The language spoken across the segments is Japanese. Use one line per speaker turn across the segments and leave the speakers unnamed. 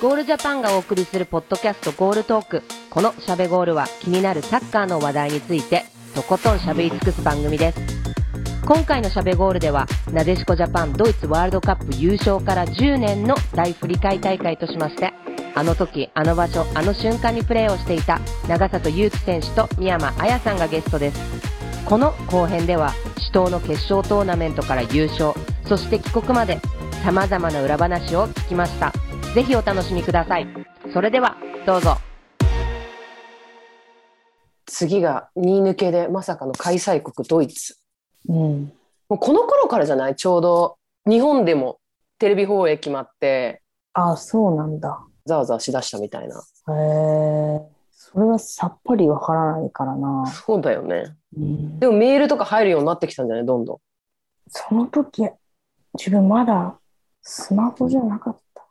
ゴールジャパンがお送りするポッドキャストゴールトーク。このしゃべゴールは気になるサッカーの話題について、とことんしゃべり尽くす番組です。今回のしゃべゴールでは、なでしこジャパンドイツワールドカップ優勝から10年の大振り返り大会としまして、あの時、あの場所、あの瞬間にプレーをしていた長里祐希選手と宮間彩さんがゲストです。この後編では死闘の決勝トーナメントから優勝そして帰国までさまざまな裏話を聞きましたぜひお楽しみくださいそれではどうぞ
次が2抜けでまさかの開催国ドイツ
うん、
もうこの頃からじゃないちょうど日本でもテレビ放映決まって
あそうなんだ
ざわざわしだしたみたいな
へえそれはさっぱりわからないからな、
そうだよね
うん、
でもメールとか入るようになってきたんじゃないどんど
その時自分まだスマホじゃなかった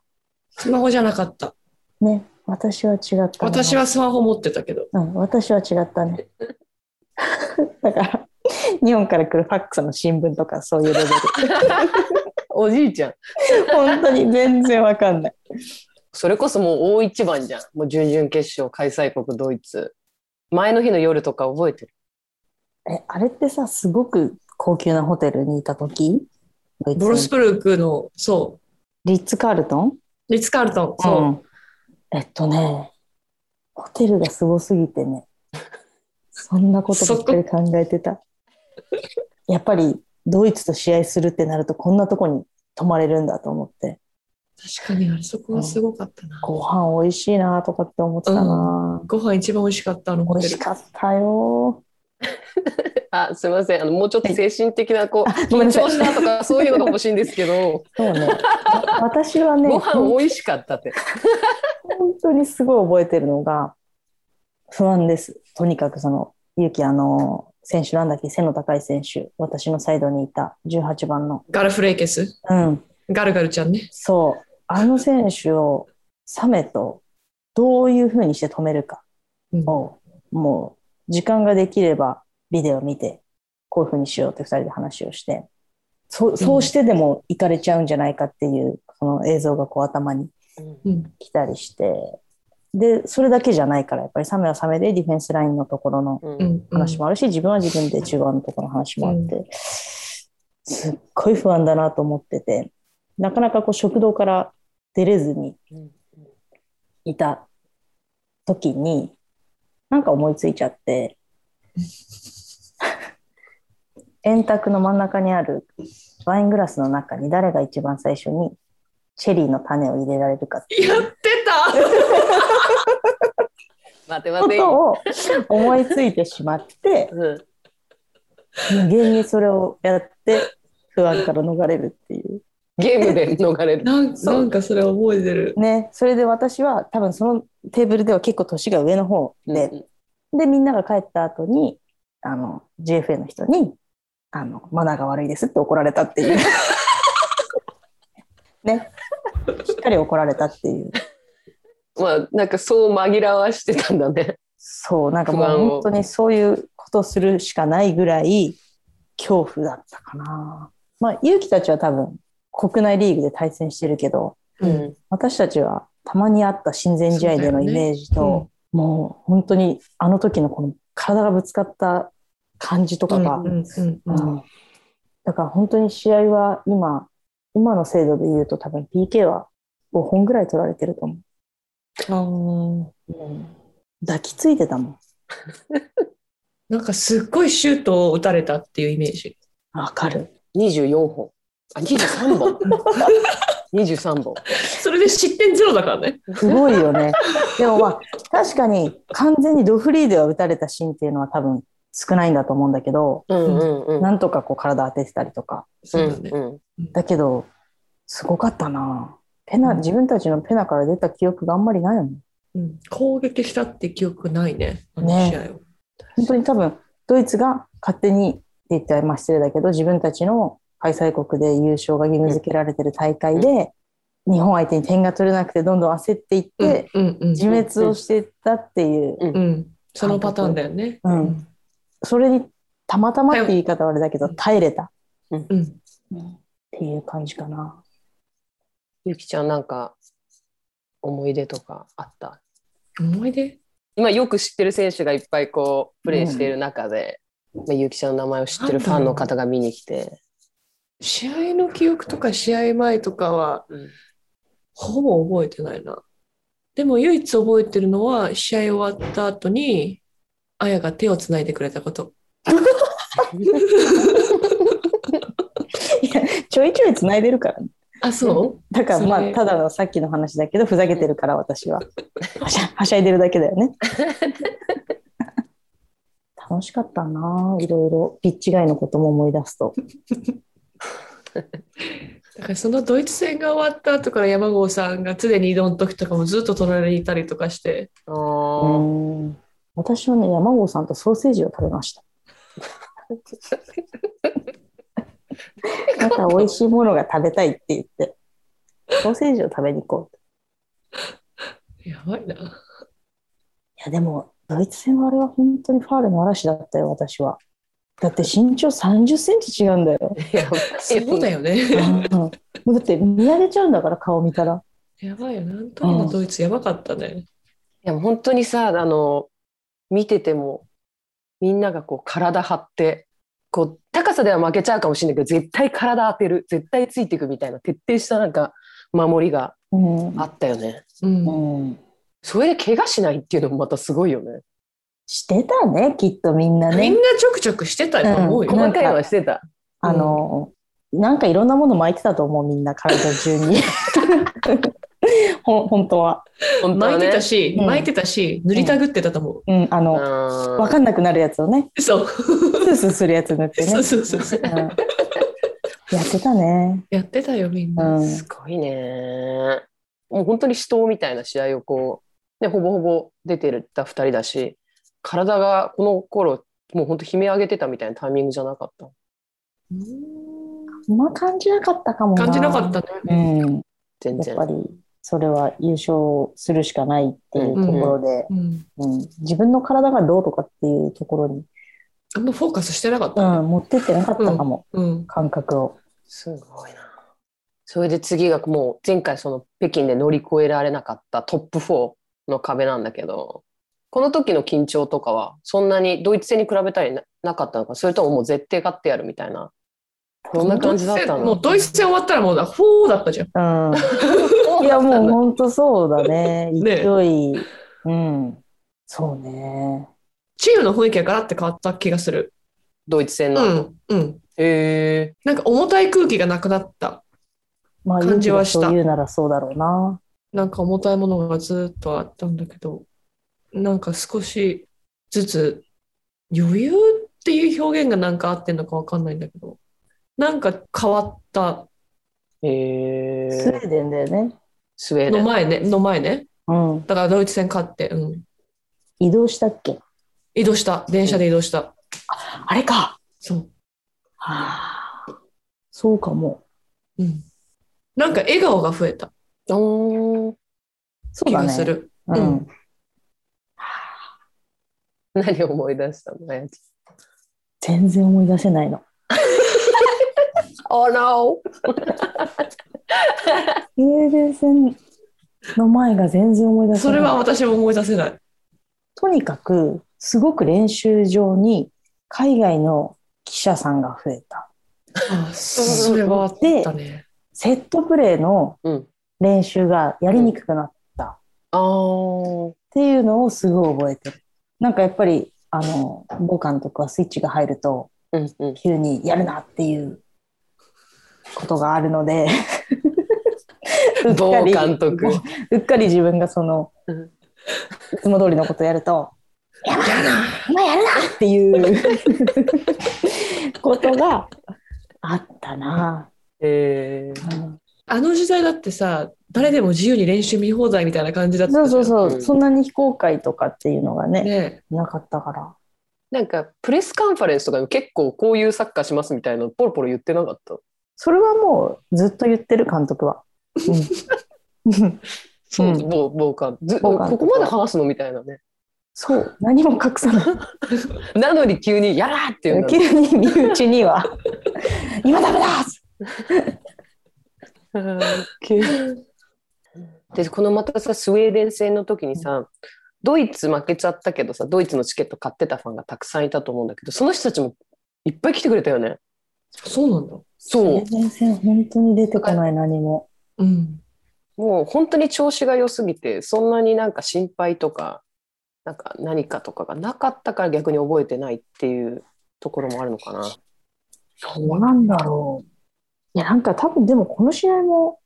スマホじゃなかった。
ね私は違ったな
私はスマホ持ってたけど。
うん、私は違ったね だから日本から来るファックスの新聞とかそういうレベ
んおじいちゃん
ル本当に全然わかんない
それこそもう大一番じゃんもう準々決勝開催国ドイツ前の日の夜とか覚えてる
えあれってさすごく高級なホテルにいた時ドイツ
ボルスブルクの、そ
リッツ・カールトン
う、リッツ・カールトン、そう。
うんえっとね、ホテルがすごすぎ てね、そんなことばっかり考えてた。やっぱりドイツと試合するってなると、こんなとこに泊まれるんだと思って、
確かにあれ、そこはすごかったな。
ご飯美味しいなとかって思ってたな、
ご飯一番美味しかったあのホ
美
テ
味
ル
し。かったよ。
あすいませんあのもうちょっと精神的な こう
ごめん
緊
なさい
張したとかそういうのが欲しいんですけど
そ うね。わ私はね、
ご飯美味しかったって
本当にすごい覚えてるのが不安です。とにかくその、勇気あの、選手なんだっけ背の高い選手、私のサイドにいた18番の。
ガルフレイケス、
うん、
ガルガルちゃんね。
そう。あの選手をサメとどういうふうにして止めるか
うん
を、もう時間ができればビデオ見て、こういうふうにしようって二人で話をして、そうそうしてでも行かれちゃうんじゃないかっていう、その映像がこう頭に
うん。
来たりして、で、それだけじゃないから、やっぱりサメはサメでディフェンスラインのところの
うん
うん。
話もあるし、自分は自分で中盤のところの話もあって、すっごい不安だなと思ってて、なかなかこう食堂から出れずに
うん
いた時に、なんか思いついちゃって、円卓の真ん中にあるワイングラスの中に誰が一番最初にチェリーの種を入れられるかっていう
やってた
待て
こ
待て、
とを思いついてしまって、
うん、
無限にそれをやって不安から逃れるっていう
ゲームで逃れる
なんなんかそれ覚えてる。
ねそれで私は多分そのテーブルでは結構年が上の方で、
うん
でみんなが帰った後にあの GFA の人にあの「マナーが悪いです」って怒られたって いうねしっかり怒られたっていう
まあなんかそう紛らわしてたんだね。
そうなんかもう
不安を
本当にそういうことするしかないぐらい恐怖だったかなまあ勇気たちは多分国内リーグで対戦してるけど
うん。
私たちはたまにあった親善試合でのイメージ
そうだよ
と、もう本当にあの時のこの体がぶつかった感じと
う
か
ん
が、
うんうんう
うんんだから本当に試合は今今の制度で言うと多分 PK は5本ぐらい取られてると思
あー
う、抱きついてたもん
なんかすっごいシュートを打たれたっていうイメージ。
わかる
二十四本。あ、二十三 本。二十三本。
それで失点ゼロだからね。
すごいよね でもまあ確かに完全にドフリーでは打たれたシーンっていうのは多分少ないんだと思うんだけど、
うんうんうん。
なんとかこう体当ててたりとか
そうだね。
うん
だけど、すごかったな。ペナ、
うん
自分たちのペナから出た記憶があんまりないもん。
うん攻撃したって記憶ないね、あの
ね
試合を。
本当に多分、ドイツが勝手にって言ってはまあ失礼だけど、自分たちの開催国で優勝が義務付けられてる大会で、日本相手に点が取れなくてどんどん焦っていって、
うんうん
自滅をしていったっていう、
うん、そのパターンだよね。
うんそれにたまたまって言い方はあれだけど、耐えれた
うん、
っていう感じかな。
ゆきちゃんなんか思い出とかあった
思い出
今よく知ってる選手がいっぱいこうプレーしている中で、まあ、ゆうきちゃんの名前を知ってるファンの方が見に来て、
試合の記憶とか試合前とかは
うん
ほぼ覚えてないな。でも唯一覚えてるのは試合終わった後に、あやが手をつないでくれたこと。
いやちょいちょい繋いでるからね
あ、そう
だからま
そ
あ
れ
ただのさっきの話だけどふざけてるから私ははしゃはしゃいでるだけだ よね楽しかったないろいろピッチ外のことも思い出すと
だからそのドイツ戦が終わった後から山郷さんが常に移動の時とかもずっと隣にいたりとかして、
あ
う
ー
ん私はね山郷さんとソーセージを食べ ましたまた美味しいものが食べたいって言ってソーセージを食べに行こう
やばいな。
いやでもドイツ戦はあれは本当にファールの嵐だったよ私はだって身長3 0センチ違うんだよ
やばい
そうだよね。
うんだって見上げちゃうんだから顔見たら
やばいよ。なんとのドイツやばかったね。
いや本当にさあの見ててもみんながこう体張ってこう高さでは負けちゃうかもしれないけど絶対体当てる絶対ついていくみたいな徹底したなんか守りが
うん、
あったよね。
うん。
うん、
それで怪我しないっていうのもまたすごいよね。
してたねきっとみんな
み
ね
んなちょくちょくしてたと思うよ。
うん
細かいのはしてた。
あのなんかいろんなもの巻いてたと思うみんな体中に ほん本当は、
本当
巻
はいね
てたし、
うん
巻いてたし、塗りたぐってたと思う。
うん、あの
わ
分かんなくなるやつをね
そう。
スースーするやつ塗ってね、
そうそうそうそう。
うん、やってたね
やってたよ、みん
う
な。
ん
すごいね。もう本当に死闘みたいな試合をこう、ね、ほぼほぼ出てた2人だし、体がこの頃、もう本当悲鳴上げてたみたいなタイミングじゃなかった。
あんま感じなかったかもな
感じなかった
う
ね。
ん
全
やっ
然
ぱ。りそれは優勝するしかないっていうところで、
うん。
うん自分の体がどうとかっていうところに、
あんまフォーカスしてなかっ
う
た。
ん、持ってってなかったかも、
うん。
感覚を。
すごいな。それで次がもう前回その北京で乗り越えられなかったトップ4の壁なんだけど、この時の緊張とかはそんなにドイツ戦に比べたりななかったのか、それとももう絶対勝ってやるみたいな。どんな感じだった
もう
の
ドイツ戦終わったらもうだ、フォーだったじゃん。
うん、いやもう本当そうだね
ね
勢い、うん、そうね
チームの雰囲気がガラッて変わった気がする。
ドイツ戦
う
の。へ
ん。うん。
え
なんか重たい空気がなくなった。
まあ
感じはした
勇気がそう言うならそうだろうな。
なんか重たいものがずっとあったんだけど、なんか少しずつ余裕っていう表現がなんか合ってんのかわかんないんだけど、なんか変わった
へ
スウェ
え
ーデンだよね。
スウェーデ
の
ン。
前ね、の前ね。
うん、
だからドイツ戦勝って、うん。
移動したっけ
移動した。電車で移動した。
あれか、
そう。
はあ、そうかも。
うん。なんか笑顔が増えた
おー
そう
気
だ
が
ね。
する。
うん、
何を思い出したのあやち
全然思い出せないの。
ゃん Oh no!
スウェーデン戦の前が全然思い出せない。
それは私も思い出せない。
とにかく、すごく練習場に海外の記者さんが増えた。
あそれはあったね。
セットプレーの
うん。
練習がやりにくくなった
あー。
っていうのをすごい覚えてる。なんかやっぱり、あの、某監督はスイッチが入ると、
うんうん。
急にやるなっていうことがあるの で、うっか
某
り
監督。
うっかり自分がその、
うん
いつも通りのことやると、
やな。
お前やるなっていう ことがあったな。
えー
うん
あの時代だってさ、誰でも自由に練習見放題みたいな感じだったじゃ
そ
ん
うそうそう、
うん
そんなに非公開とかっていうのがね、
ね
なかったから。
なんかプレスカンファレンスとかでも結構こういうサッカーしますみたいなのポロポロ言ってなかった
それはもうずっと言ってる監督は。うん、
そううん某某監ず
某監督は
ここまで話すのみたいなね
そう、何も隠さない。
なのに急に「やら!」っていうの
急に身内には、今ダメだ
うん急にで、このまたさ、スウェーデン戦の時にさ、ドイツ負けちゃったけどさ、ドイツのチケット買ってたファンがたくさんいたと思うんだけど、その人たちもいっぱい来てくれたよね。
そうなんだ。
そう。
全然本当に出てこない何も。
うん。
もう本当に調子が良すぎて、そんなになんか心配とか、なんか何かとかがなかったから逆に覚えてないっていうところもあるのかな。
そうなんだろう。いや、なんか多分でもこの試合も、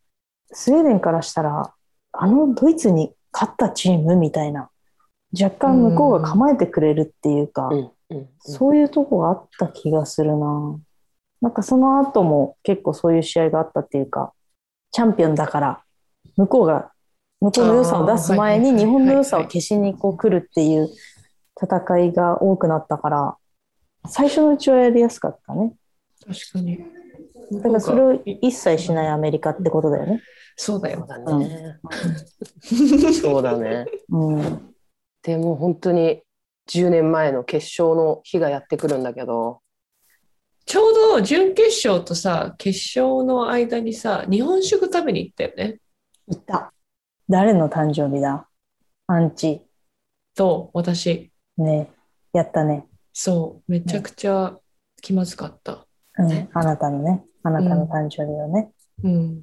スウェーデンからしたら、あのドイツに勝ったチームみたいな、若干向こうが構えてくれるっていうか、
うん。うん。
そういうとこがあった気がするな。なんかその後も結構そういう試合があったっていうか、チャンピオンだから、向こうが、向こうの良さを出す前
あー
に
はい
日
はいはいは
本
い
の良さを消しにこう来るっていう戦いが多くなったから、最初のうちはやりやすかったね。
確かに。
だからそれを一切しないアメリカってことだよね。
そうだ
そう
よ。
だね。そうだね。
うん。
でも本当に10年前の決勝の日がやってくるんだけ ど、
ちょうど準決勝とさ、決勝の間にさ、日本食食べに行ったよね。
いた。誰の誕生日だアンチ。
と、私。
ね。やったね。
そう、めちゃくちゃ気まずかった。
うん。あなたのね。あなたの誕生日をね。
うん。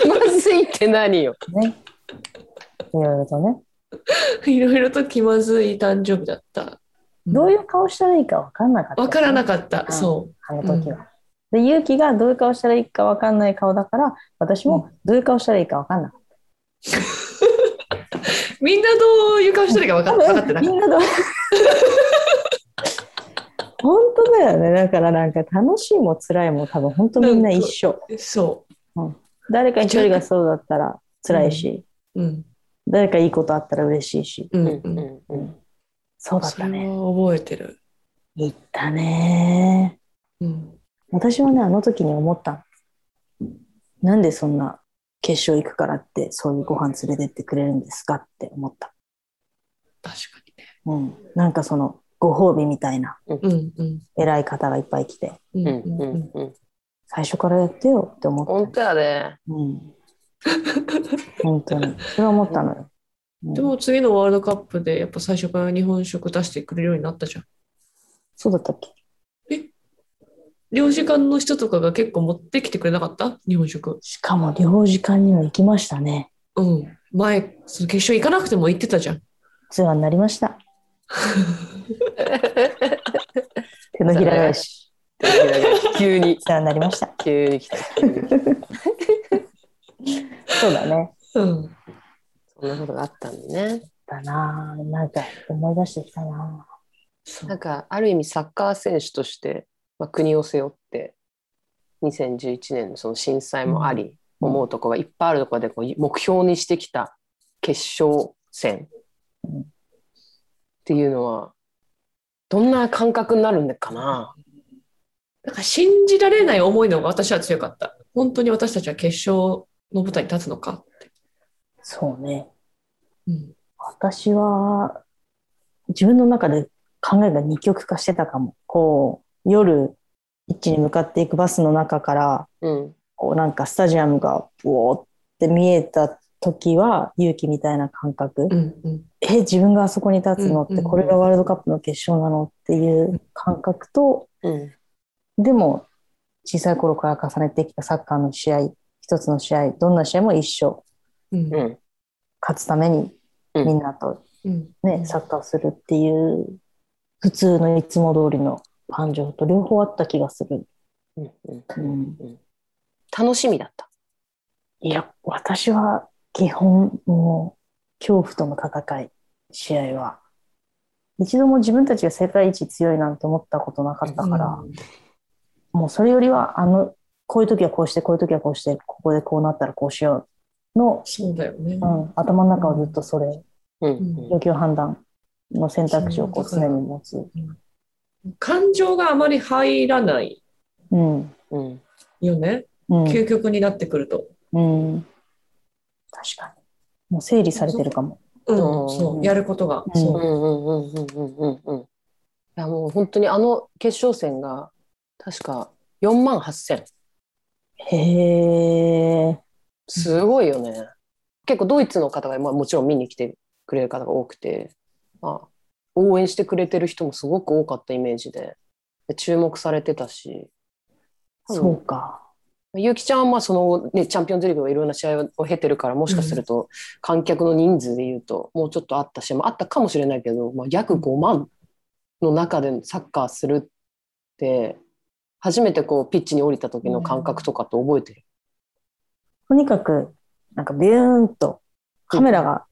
気まずいって何よ。
ね。いろいろとね。
いろいろと気まずい誕生日だった。
どういう顔したらいいか分かんなかった、
わからな
っ
かった。
うん
そ
た。あの時は。で、勇気がどういう顔したらいいか分かんない顔だから、私もどういう顔したらいいか分かんなかっ
う。みんなどういう顔してるか分
た。
か分かってな
み
かっ
んなど う本当だよね。だからなんか楽しいも辛いも多分本当みんな一緒。
た。そ
誰か一人がそうだったら辛いし、
う。うん。
誰かいいことあったら嬉しいし。
うん。
う
うん。
んうん
そうだっ
そ
た
れ
ね。
は覚えてる。
行ったね。
うん。
私はねあの時に思ったのなんでそんな決勝行くからってそういうご飯連れてってくれるんですかって思った、
確かにね。
うん、なんかそのご褒美みたいな
うん。うん。
偉い方がいっぱい来て
うん
う
うん
ん
うん
うんうん。
最初からやってよって思っ
本当やね。
た、うん、本当にそれは思ったのよ、うん
でも次のワールドカップでやっぱ最初から日本食出してくれるようになったじゃん。
そうだったっけ
領事館の人とかが結構持ってきてくれなかった日本食。
しかも領事館にも行きましたね
うん。前、その決勝行かなくても行ってたじゃん。
ツアーになりま した手のひら返し
急に、
ツアーになりました
急に来た。
そうだね
うん。
そんなことがあったんだね。
だなぁなんか思い出してきたなぁ
そ
なん
う。
か、ある意味サッカー選手として、まあ、国を背負って、2011年のその震災もあり、思うとこがいっぱいあるところでこう目標にしてきた決勝戦
うん
っていうのは、どんな感覚になるんかな
なんか信じられない思いの方が私は強かった。本当に私たちは決勝の舞台に立つのかって。
そうね
うん。
私は自分の中で考えが二極化してたかも。こう夜一地に向かっていくバスの中から
うん。
こうなんかスタジアムがボーって見えた時は勇気みたいな感覚、
うんうん。
え自分があそこに立つのっ
うんう
て
んうん
これがワールドカップの決勝なのっていう感覚と
うん。
でも小さい頃から重ねてきたサッカーの試合一つの試合どんな試合も一緒
うん
うん。
勝つために
うん
みんなと
うん。
ね、サッカーをするっていう普通のいつも通りの感情と両方あった気がする、
うんうん
うん、
楽しみだった。
いや私は基本もう恐怖との戦い試合は一度も自分たちが世界一強いなんて思ったことなかったから、もうそれよりはあのこういう時はこうしてこういう時はこうしてここでこうなったらこうしようの、
そうだよね
う。ん、頭の中はずっとそれ
うん
うん
状況判断の選択肢をこう常に持つ、
感情があまり入らない
うん
うん
よね。
うん、
究極になってくると。
うん。確かに。もう整理されてるかも。
うん。
うん
そう。やることが。
うん
うんうん
そ
うんうんうんうんうん。いやもう本当にあの決勝戦が確か4万8千
へえ。
すごいよね。結構ドイツの方が、まあ、もちろん見に来てくれる方が多くて、まあ、応援してくれてる人もすごく多かったイメージでで注目されてたし
そうか。
ゆうきちゃんはまあその、ね、チャンピオンズリーグをいろんな試合を経てるからもしかすると観客の人数でいうともうちょっとあったし、まあ、あったかもしれないけど、まあ、約5万の中でサッカーするって初めてこうピッチに降りた時の感覚とかって覚えてる、
とにかく、なんかビューンとカメラが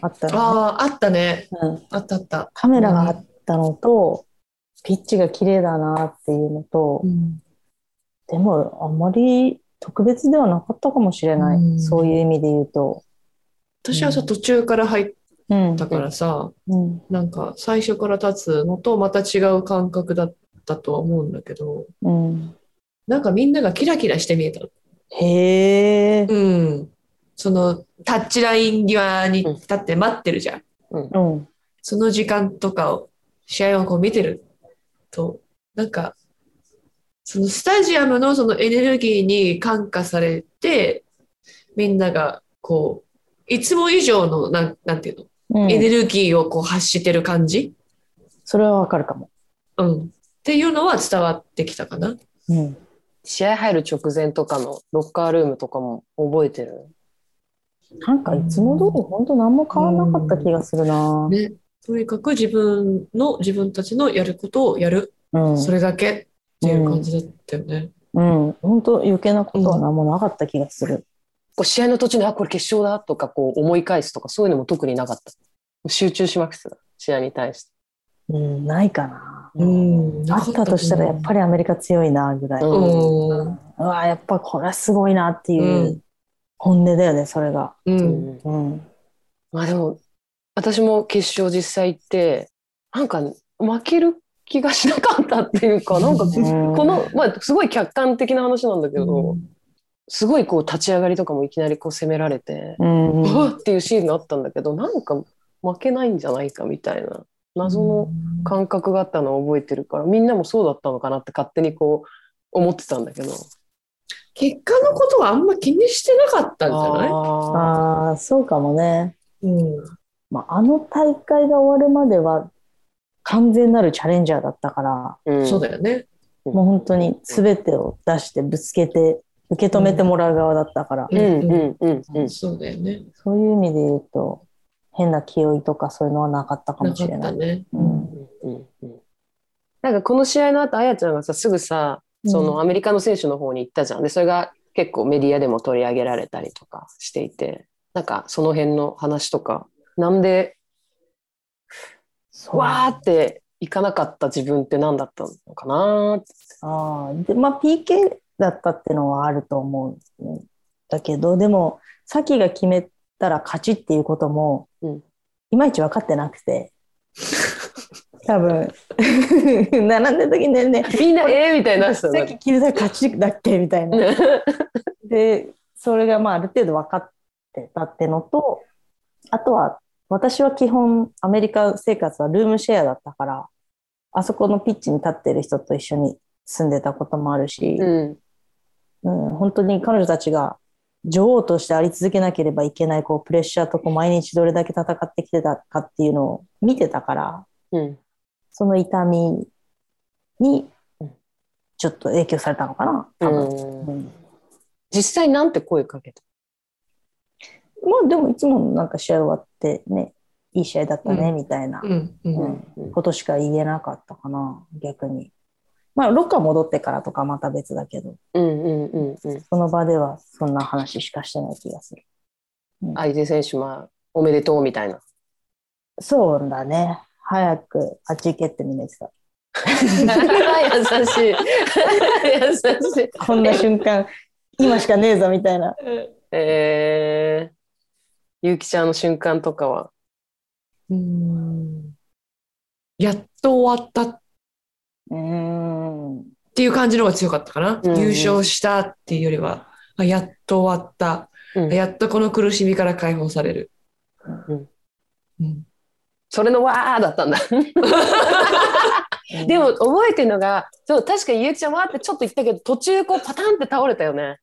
あったの、ね
ああ、あったね。
うん
あったあった。
カメラがあったのと、ピッチが綺麗だなっていうのと、
うん。
でもあんまり特別ではなかったかもしれない、
うん
そういう意味で言うと。
私はさ、途中から入っ
うん
たからさ、
うん
なんか最初から立つのとまた違う感覚だったとは思うんだけど、
うん、
なんかみんながキラキラして見えたの。
へえ、
うん。そのタッチライン際に立って待ってるじゃん。
うん
その時間とかを、試合をこう見てると、なんか、そのスタジアムのそのエネルギーに感化されて、みんながこう、いつも以上の、なんなんていう
う
の、
ん
エネルギーをこう発してる感じ、
それはわかるかも。
うん、っていうのは伝わってきたかな。
うん、
試合入る直前とかのロッカールームとかも覚えてる
なんかいつも通り本当何も変わらなかった気がするな。
ね。とにかく自分の、自分たちのやることをやる。
うん、
それだけっていう感じだったよね。
うん、本当余計なことは何もなかった気がする。
こう試合の途中にあこれ決勝だとかこう思い返すとかそういうのも特になかった集中しまくってた試合に対して
うん、ないかな。
うん。
あったとしたらやっぱ
り。
りアメリカ強いなぐらい。
う
うん。
うわやっぱこれはすごいなっていうう本音だよね、それが。
うん。
うん。
まあでも私も決勝実際行ってなんか負ける気がしなかったっていうかなんか
う
この、まあ、すごい客観的な話なんだけど、すごいこう立ち上がりとかもいきなりこう攻められて、
うん、
う わっっていうシーンがあったんだけどなんか負けないんじゃないかみたいな謎の感覚があったのを覚えてるからみんなもそうだったのかなって勝手にこう思ってたんだけど。
結果のことはあんま気にしてなかったんじゃない
あー
ああ、そうかもね。
うん。
まあ、あの大会が終わるまでは完全なるチャレンジャーだったから、
うん
そうだよね。
もう本当に全てを出してぶつけて受け止めてもらう側だったから、
うんうんうんうん
そうだよね。
そういう意味で言うと変な気負いとかそういうのはなかったか
な
も
か
しれ
っ
な
た
い。
ね。
うん
うんうんなんかこの試合の後あやちゃんがさすぐさそのアメリカの選手の方に行ったじゃん、でそれが結構メディアでも取り上げられたりとかしていてなんかその辺の話とかなんで
そう
わーって行かなかった自分って何だったのかなーって
ああ、で、まあ PK だったってのはあると思うんだけど、でも、さきが決めたら勝ちっていうことも
うん、
いまいち分かってなく て、多分 並んでる時にねね、
みんなえーみたいになってた
さ
んだ
っき決めたら勝ちだっけみたい な。で、それがまあある程度分かってたってのと、あとは私は基本アメリカ生活はルームシェアだったから、あそこのピッチに立ってる人と一緒に住んでたこともあるし、
うん
うん、本当に彼女たちが女王としてあり続けなければいけないこうプレッシャーとこう毎日どれだけ戦ってきてたかっていうのを見てたから
うん
その痛みに
うん
ちょっと影響されたのかな多分、
うん
うん
実際なんて声かけた
まあでもいつもなんか試合終わってねいい試合だったねみたいな
うん。
う
う。
んんことしか言えなかったかな逆にまあロッカー戻ってからとかまた別だけど
うんうんうんうん
その場ではそんな話しかしてない気がする
相手選手まあおめでとうみたいな
そうだね早くあっち行けってみんな言ってた
優しい優しい
こんな瞬 間、今しかねえぞみたいな。
えー、ゆうきちゃんの瞬間とかは。
うん。やっと終わったっ
うん。
ていう感じの方が強かったかな。
うん
優勝したっていうよりは、あやっと終わった。
うん
やっとこの苦しみから解放される。
うん
うん。
それのわーだったんだ。でも覚えてるのが、そう確かにゆうきちゃんわーってちょっと言ったけど、途中こうパタンって倒れたよね。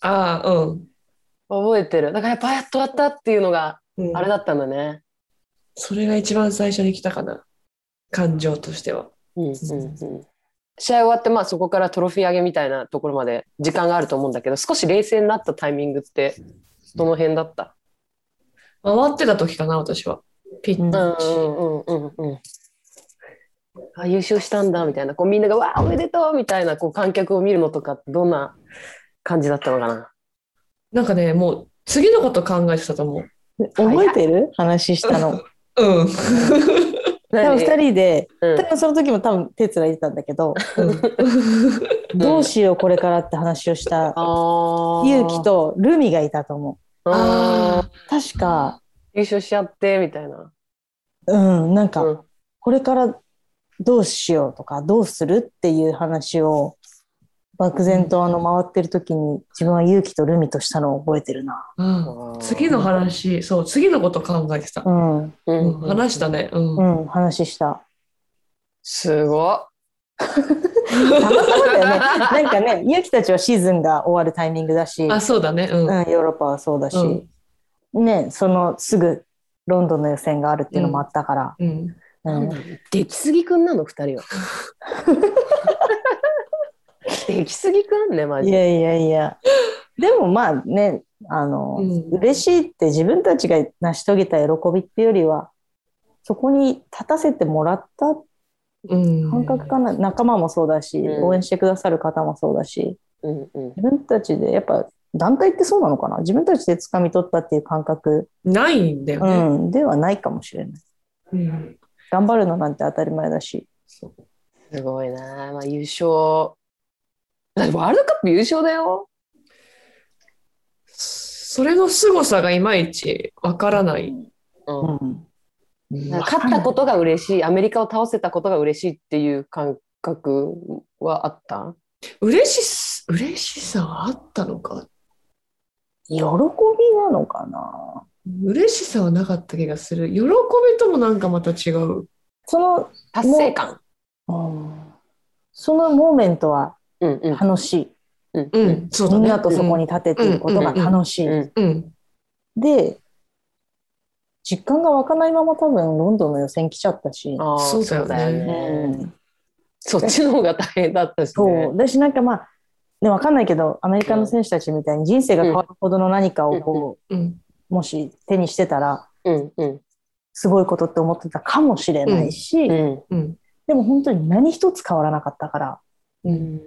ああ、うん。
覚えてる。だからやっぱやっと終わったっていうのが
うん
あれだったんだね。
それが一番最初に来たかな感情としては
うんうんうん、試合終わって、まあ、そこからトロフィー上げみたいなところまで時間があると思うんだけど少し冷静になったタイミングってどの辺だった、
回ってた時かな私はピッチ、
う
う
ん
んうんうんうん、あ優勝したんだみたいなこうみんなが「わあおめでとう!」みたいなこう観客を見るのとかどんな感じだったのかな
なんかねもう次のこと考えてたと思う
覚えてる話したの。
うん
多分二
人、
人で、
うん
多分その時も多分手つないでたんだけど、どうしようこれからって話をした、
あー
ゆうきとルミがいたと思
あー
あ
う。確か、
優勝しちゃってみたいな。
うん、なんか、
うん
これからどうしようとか、どうするっていう話を、漠然とあの回ってる時に自分は勇気とルミとしたのを覚えてるな。
うん次の、話そう次のこと考えてた
う、ん、
うん
うん話したねうん、
うん、話した。
すごった
またまだよね。なんかね、勇気たちはシーズンが終わるタイミングだし、
あそうだねうん、
うん、ヨーロッパはそうだし、ね、そのすぐロンドンの予選があるっていうのもあったから、
うんうん
うん
出来すぎくんなの二人は出来すぎくんねマジ
い
で
やいやいや。でもまあね、あの、
うん
嬉しいって自分たちが成し遂げた喜びっていうよりは、そこに立たせてもらった
うん
感覚かな、仲間もそうだし、
うん
応援してくださる方もそうだし、
うんうん
自分たちでやっぱ団体ってそうなのかな自分たちで掴み取ったっていう感覚、
ないんだよ
う
ね、
ん、ではないかもしれない。
うん
頑張るのなんて当たり前だし。
そう
すごいな、まあ、優勝だってワールドカップ優勝だよ
それの凄さがいまいちわからない、
うん
うん。
なんか勝ったことが嬉しいアメリカを倒せたことが嬉しいっていう感覚はあった
嬉しす嬉しさはあったのか
喜びなのかな
嬉しさはなかった気がする喜びともなんかまた違う
その、
達成感
うんそのモーメントは
うんうん
楽しい。
うん
う
うん
んそうだ
み
ね
んなとそこに立てていることが楽しい。
うん
うん
で、実感が湧かないまま多分ロンドンの予選来ちゃったし、
あー
そうだよね
そうだよ
う
ね
ん
そっちの方が大変だったし、ね、
そう。だしなんかまあ、ね、わかんないけど、アメリカの選手たちみたいに人生が変わるほどの何かをこ
うん
う、もし手にしてたら、
うんうん
すごいことって思ってたかもしれないし、
うん
うん
でも本当に何一つ変わらなかったから、
うん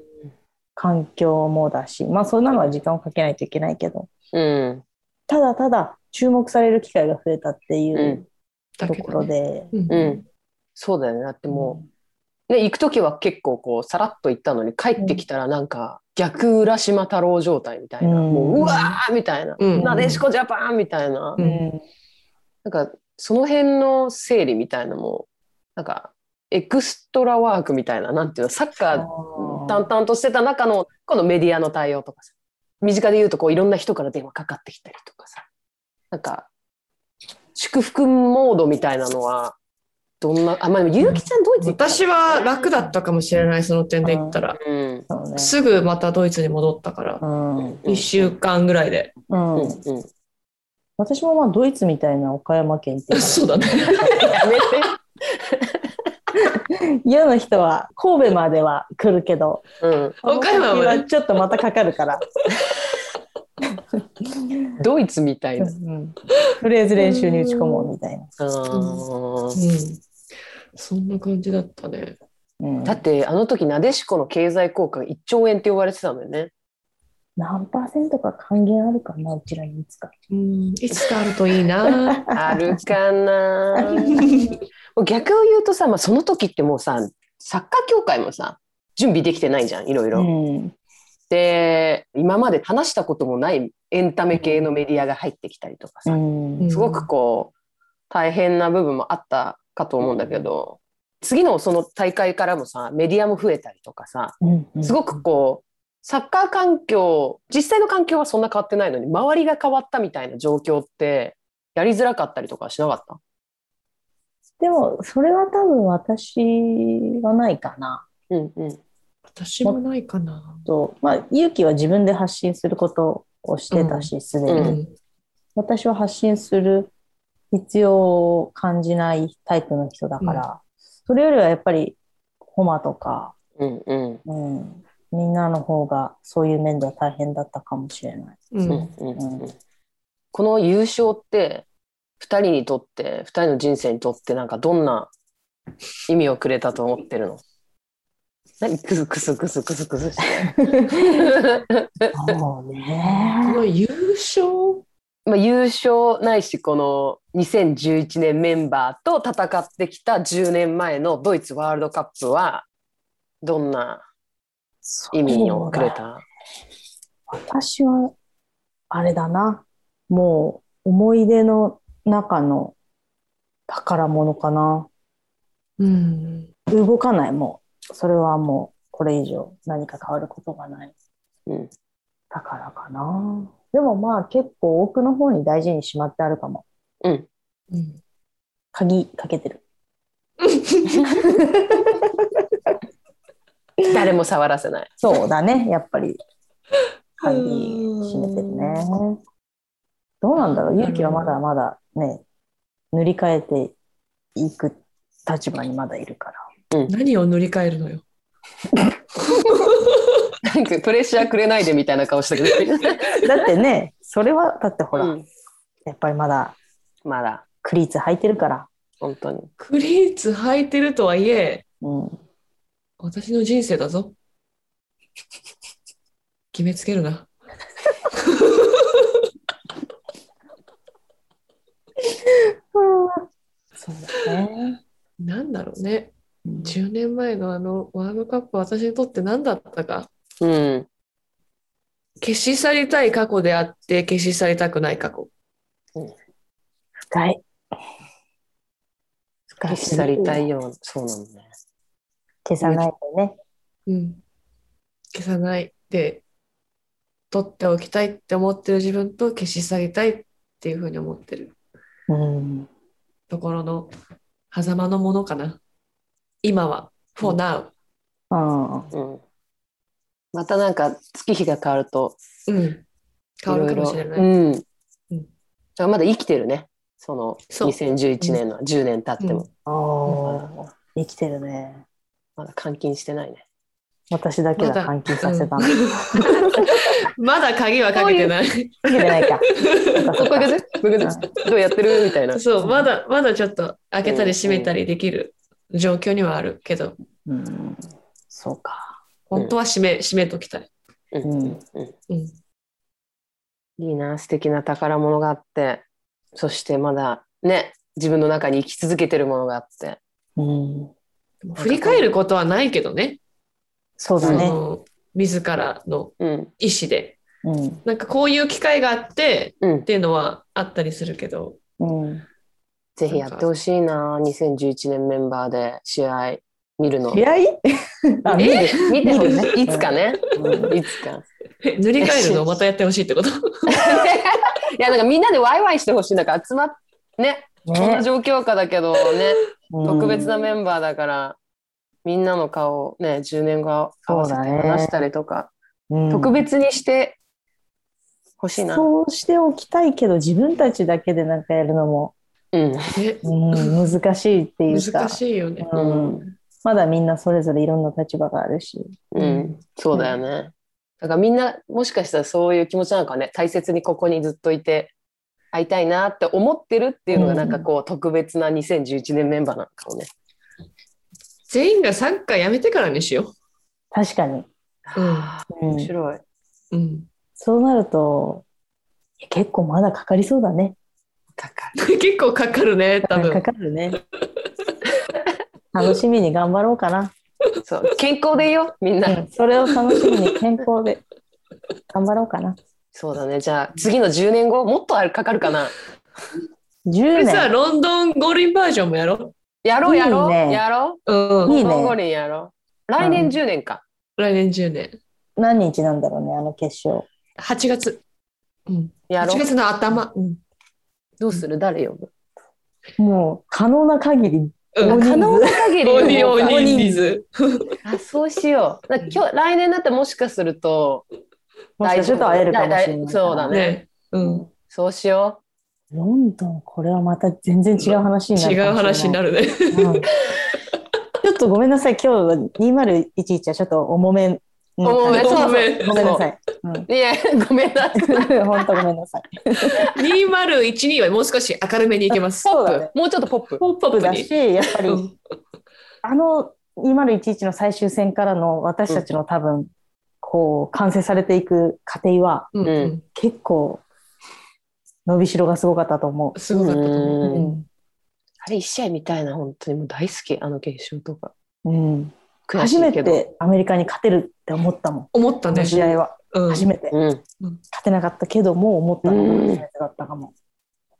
環境もだし、まあそんなのは時間をかけないといけないけど、
うん
ただただ注目される機会が増えたっていううん
だ
と
け
こ
ど
ろ
ね
で、
うん
うんそうだよねだってもう、ね、行く時は結構こうさらっと行ったのに帰ってきたらなんか逆浦島太郎状態みたいな、
うん
もううわーみたいな、
うん
なでしこジャパンみたいな、
う
うん
なんかその辺の整理みたいなのもなんかエクストラワークみたいななんていうのサッカー淡々としてた中のこのメディアの対応とかさ身近で言うとこういろんな人から電話かかってきたりとかさなんか祝福モードみたいなのはどんなあまあでもゆうきちゃんドイツ行ったから
私は楽だったかもしれないその点で言ったら
うん
そうね
すぐまたドイツに戻ったから
うん
1週間ぐらいで
うん
うんうん
私もまあドイツみたいな岡山県っていうの
そうだね
やめて。
は嫌な人は神戸までは来るけど
う
岡山
この
ま
先
で
はちょっとまたかかるから、
ん。ドイツみたいうな。
ん、フレーズ練習に打ち込もうみたいな、
あー
うんそんな感じだったね
うん、
だってあの時なでしこの経済効果が1兆円って呼ばれてたんだよね。
何パーセントか還元あるかなうちらにいつか
うんいつかあるといい な
あるかな。もう逆を言うとさ、まあ、その時ってもうさサッカー協会もさ準備できてないじゃんいろいろ。
ん
で今まで話したこともないエンタメ系のメディアが入ってきたりとか
う
さ、
ん
すごくこう大変な部分もあったかと思うんだけど、次のその大会からもさメディアも増えたりとかさ、
うん
すごくこうサッカー環境実際の環境はそんな変わってないのに周りが変わったみたいな状況ってやりづらかったりとかはしなかった
でもそれは多分私はないかな
うんうん
私もないかな
とまあ勇気は自分で発信することをしてたし、すで
う
に、
ん
私は発信する必要を感じないタイプの人だから、それよりはやっぱり、ホマとか、
うんうん
うん、みんなの方がそういう面では大変だったかもしれない。
う
うんんうんうんこの優勝って2人にとって2人の人生にとってなんかどんな意味をくれたと思ってるの何クスクスクスクスク スして
そう
こ
ね。
の優勝
まあ優勝ないしこの2011年メンバーと戦ってきた10年前のドイツワールドカップはどんな意味をくれた
私は、あれだな。もう、思い出の中の宝物かな。
うん
動かない、もう。それはもう、これ以上何か変わることがない。
うん
だからかな。でもまあ、結構奥の方に大事にしまってあるかも。
うん
うん
鍵かけてる。
誰も触らせない
そうだ ね、やっぱり。鍵閉めてるね。どうなんだろう、勇気はまだまだね、塗り替えていく立場にまだいるから。
何を塗り替えるのよ
なんかプレッシャーくれないでみたいな顔したけど、
だって ね、それは、だってほら、
うん
やっぱりまだ
まだ
クリーツ履いてるから。
本当に
クリーツ履いてるとはいえ
うん。
私の人生だぞ決めつけるな
そうだね。
なんだろうね10年前のあのワールドカップは私にとって何だったか
うん
消し去りたい過去であって消し去りたくない過去
深い。深
消
い。
し去りたい。ようなそうなんだね
消さないでね。
うん消さないで取っておきたいって思ってる自分と消し去りたいっていうふうに思ってる
うん。
ところの狭間のものかな今は for now
うん。
うんまたなんか月日が変わると
うん
い
変わ
ろ
る
い
か
ろ
もしれない
うんだ
うん
からまだ生きてるねその
そう
2011年の10年経っても、
ああ、生きてるね。
まだ監禁してないね
私だけ
ま
が
だ
換金させたの。
まだ鍵はかけてない
つけてないか。
ここでここでどうやってるみたいな
そうまだまだちょっと開けたり閉めたりできる状況にはあるけど
うん、そうか。
本当は閉め閉めときたい、
うんうんうん
うん、
いいな素敵な宝物があってそしてまだね自分の中に生き続けてるものがあって
うん、
でも振り返ることはないけどね
そうだ
そ
ね。
の自らの
うん
意思で
うん、
なんかこういう機会があって
うん
っていうのはあったりするけど
うん。
ぜひやってほしいな2011年メンバーで試合見るの
出会い あ、見る。
見てほし
見るね
いいつかね
うん
いつか
え塗り替えるのをまたやってほしいってこと
いやなんかみんなでワイワイしてほしいなんか集まっねこんな
ね、
状況下だけどね
うん
特別なメンバーだからみんなの顔をね10年後合わせて話したりとか、
うん
特別にしてほしいな
そうしておきたいけど、自分たちだけでなんかやるのも、
うん
ね
うん、難しいっていうか
難、しいよね
う
うん
ん、まだみんなそれぞれいろんな立場があるし、
うん、そうだよね。だからみんなもしかしたらそういう気持ちなんかね大切にここにずっといて会いたいなって思ってるっていうのがなんかこう特別な2011年メンバーなのかもね。
全員がサッカーやめてからにしよ
確かに。
う
うん
面白い。
う、うん、
そうなると、いや結構まだかかりそうだね。
だか
結構かかるね多
か
分
かるね。楽しみに頑張ろうかな。
らそう健康でいいよみんな。
それを楽しみに健康で頑張ろうかな。
そうだねじゃあ次の10年後もっとあるかかるかな。
こ
10
れさ
年。
ロンドン五輪バージョンもやろ
やろうやろう
いいね
やろ
う、うん
う。
いいね
五輪やろう。来年10年か。
来年10年
何日なんだろうね、あの決勝。
8月、うん、
やろ
8
う。
月の頭、うん
どうする誰呼ぶ
もう可能な限り、
うん、
可能な限り呼ぼうか
大人大人数
あそうしよう。だから今日来年になってもしかすると
もしかすると会えるかもしれないから
大丈夫そうだね
ね。うん。
そうしよ
ロンドン、これはまた全然違う話にな
違
る
う
かも
話
しれ
に
な。
ないるね。
うんちょっとごめんなさい、今日は2011はちょっと重めな
重
感じ。
めそう
ごめん
ごめんなさい。う ん
う。いや、ごめんなさい。
本当ごめんなさい。
2012はもう少し明るめにいけます。
そうだね
もうちょっとポップ。
ポップ。ポッ
そう
プ
だ
に
し、。やっぱり、
うん
あの2011の最終戦からの私たちの多分、こう、完成されていく過程は、
うんうん。
結構、伸びしろがすごかったと思
すごかったと思う。
う。
うんあれ一試合見たいな、本当にもう大好き、あの決勝とか。
うん。うん
悔し
初
い
め
けど。
てアメリカに勝てるって思ったもん。
思った
あ
ね
の。試合は。
うん
初めて。
うん。
勝てなかったけど、もう思ったの
う
が
ん
初めてだったかも。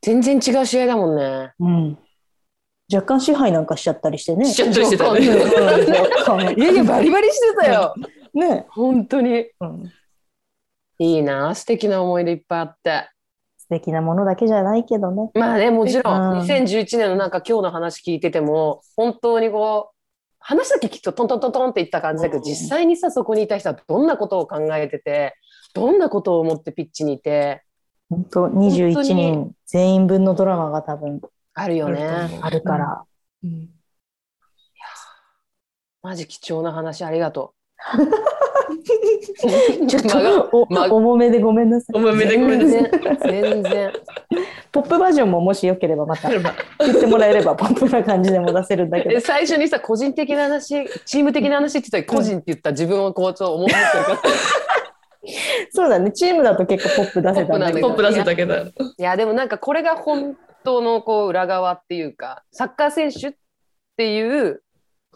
全然違う試合だもんね。
うん。若干支配なんかしちゃったりしてね。
しちゃったりしてたね
ね。
いやいや、バリバリしてたよ。
ね。
本当に。
うん
いいな、素敵な思い出いっぱいあって。
素敵なものだけじゃないけどね。
まあね、もちろん、
うん
2011年のなんか今日の話聞いてても、本当にこう、話だけきっとトントントントンっていった感じだけど、
うん
実際にさ、そこにいた人はどんなことを考えてて、どんなことを思ってピッチにいて、
本当
本
21
当に
人全員分のドラマが多分
あるよ
あると
ね。
思う
あるから。
うん
マジ貴重な話、ありがとう。
ちょっ
間が
とお
まあ
重めでごめんなさい。
重めでごめんなさい
全然、全然。
ポップバージョンももしよければま た
あれば
言ってもらえればポップな感じでも出せるんだけ
え
ど。
最初にさ、個人的な話、チーム的な話って言ったら、個人って言った自分をこう、ちょっと思ってるから。
そうだね。チームだと結構ポップ出せたんだけ
ポ
ど
ッ。プ出せたけど。
いやでもなんかこれが本当のこう裏側っていうかサッカー選手っていう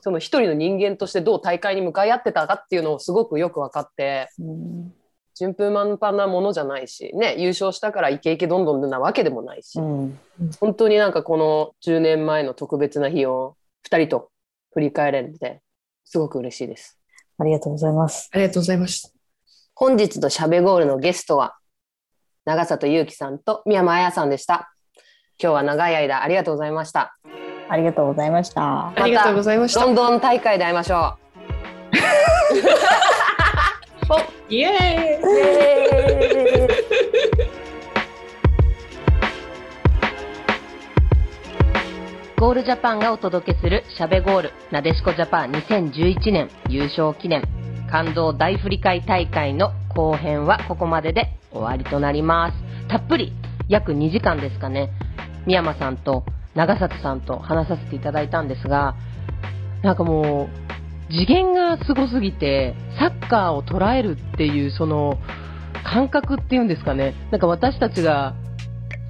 その一人の人間としてどう大会に向かい合ってたかっていうのをすごくよく分かって
うん
順風満帆なものじゃないしね優勝したからイケイケどんどんなわけでもないし、
うん
本当になんかこの10年前の特別な日を2人と振り返れてすごく嬉しいです。
ありがとうございます。
ありがとうございました。
本日のしゃべゴールのゲストは長里祐樹さんと宮間彩さんでした。今日は長い間ありがとうございました。
ありがとうございました。
ありがとうございました
ロ。ンドン大会で会いましょ
イエーイ
う。
ゴールジャパンがお届けするしゃべゴールなでしこジャパン2011年優勝記念感動大振り返大会の後編はここまでで終わりとなります。たっぷり約2時間ですかね、三山さんと長里さんと話させていただいたんですが、なんかもう次元がすごすぎてサッカーを捉えるっていうその感覚っていうんですかね、なんか私たちが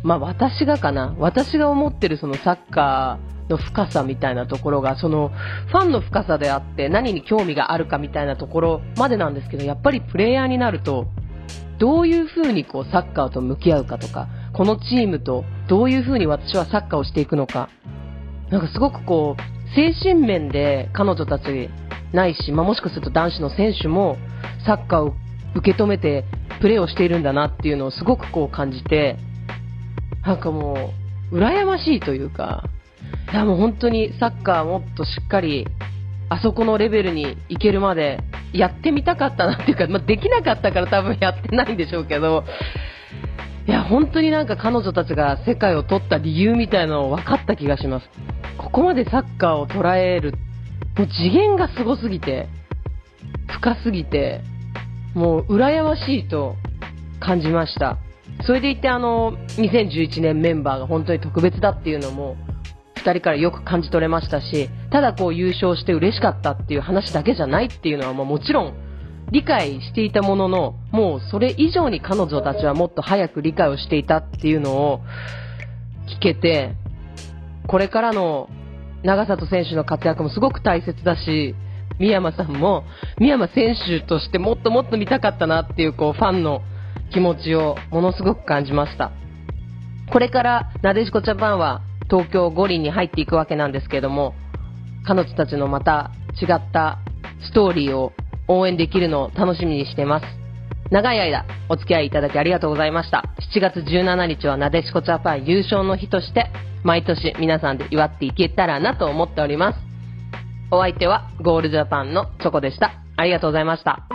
まあ私がかな、私が思ってるそのサッカーの深さみたいなところが、そのファンの深さであって何に興味があるかみたいなところまでなんですけど、やっぱりプレイヤーになると、どういうふうにこうサッカーと向き合うかとか、このチームとどういうふうに私はサッカーをしていくのか、なんかすごくこう、精神面で彼女たちないし、まあ、もしかすると男子の選手もサッカーを受け止めてプレーをしているんだなっていうのをすごくこう感じて、なんかもう、羨ましいというか、いやもう本当にサッカーもっとしっかり、あそこのレベルに行けるまでやってみたかったなっていうか、まあ、できなかったから多分やってないんでしょうけど、いや、本当になんか彼女たちが世界を取った理由みたいなのを分かった気がします。ここまでサッカーを捉える、もう次元がすごすぎて、深すぎて、もう羨ましいと感じました。それでいてあの2011年メンバーが本当に特別だっていうのも2人からよく感じ取れましたしただこう優勝して嬉しかったっていう話だけじゃないっていうのはまあもちろん理解していたもののもうそれ以上に彼女たちはもっと早く理解をしていたっていうのを聞けてこれからの長里選手の活躍もすごく大切だし三山さんも三山選手としてもっともっと見たかったなっていうこうファンの気持ちをものすごく感じましたこれからなでしこジャパンは東京五輪に入っていくわけなんですけれども彼女たちのまた違ったストーリーを応援できるのを楽しみにしています長い間お付き合いいただきありがとうございました7月17日はなでしこジャパン優勝の日として毎年皆さんで祝っていけたらなと思っておりますお相手はゴールジャパンのチョコでしたありがとうございました